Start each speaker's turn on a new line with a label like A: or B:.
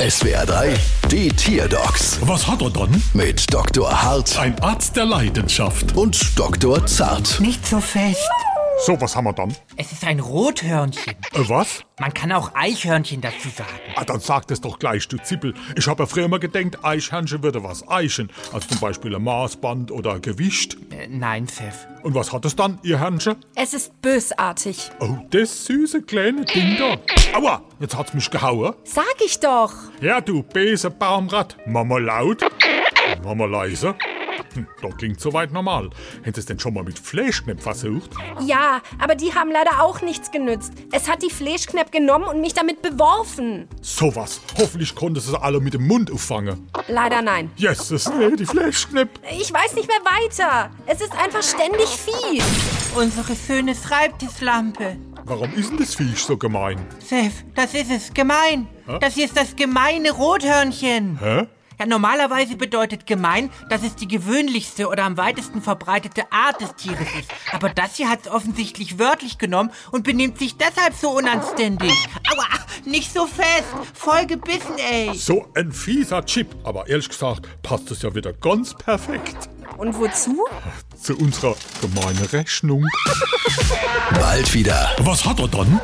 A: SWR 3, die Tierdocs
B: Was hat er dann?
A: mit Dr. Hart
B: Ein Arzt der Leidenschaft.
A: und Dr. Zart.
C: Nicht so fest.
B: So, was haben wir dann?
C: Es ist ein Rothörnchen.
B: Äh, was?
C: Man kann auch Eichhörnchen dazu sagen.
B: Ah, dann sag das doch gleich, du Zippel. Ich habe ja früher immer gedenkt, Eichhörnchen würde was eichen. Als zum Beispiel ein Maßband oder ein Gewicht.
C: Äh, nein, Pfiff.
B: Und was hat es dann, ihr Hörnchen?
D: Es ist bösartig.
B: Oh, das süße kleine Ding da. Aua, jetzt hat's mich gehauen.
D: Sag ich doch.
B: Ja, du böse Baumrad. Mama laut, Mama leise. Hm, Das klingt soweit normal. Hättest du es denn schon mal mit Fleischknepp versucht?
D: Ja, aber die haben leider auch nichts genützt. Es hat die Fleischknepp genommen und mich damit beworfen.
B: Sowas. Hoffentlich konntest du sie alle mit dem Mund auffangen.
D: Leider nein.
B: Jesus, nee, die Fleischknepp.
D: Ich weiß nicht mehr weiter. Es ist einfach ständig fies.
E: Unsere schöne Schreibtischlampe.
B: Warum ist denn das Viech so gemein?
E: Sef, das ist es, gemein. Das hier ist das gemeine Rothörnchen.
B: Hä?
E: Ja, normalerweise bedeutet gemein, dass es die gewöhnlichste oder am weitesten verbreitete Art des Tieres ist. Aber das hier hat es offensichtlich wörtlich genommen und benimmt sich deshalb so unanständig. Aua, nicht so fest. Voll gebissen, ey.
B: So ein fieser Chip. Aber ehrlich gesagt, passt es ja wieder ganz perfekt
D: Und wozu?
B: zu unserer gemeinen Rechnung.
A: Bald wieder.
B: Was hat er dann?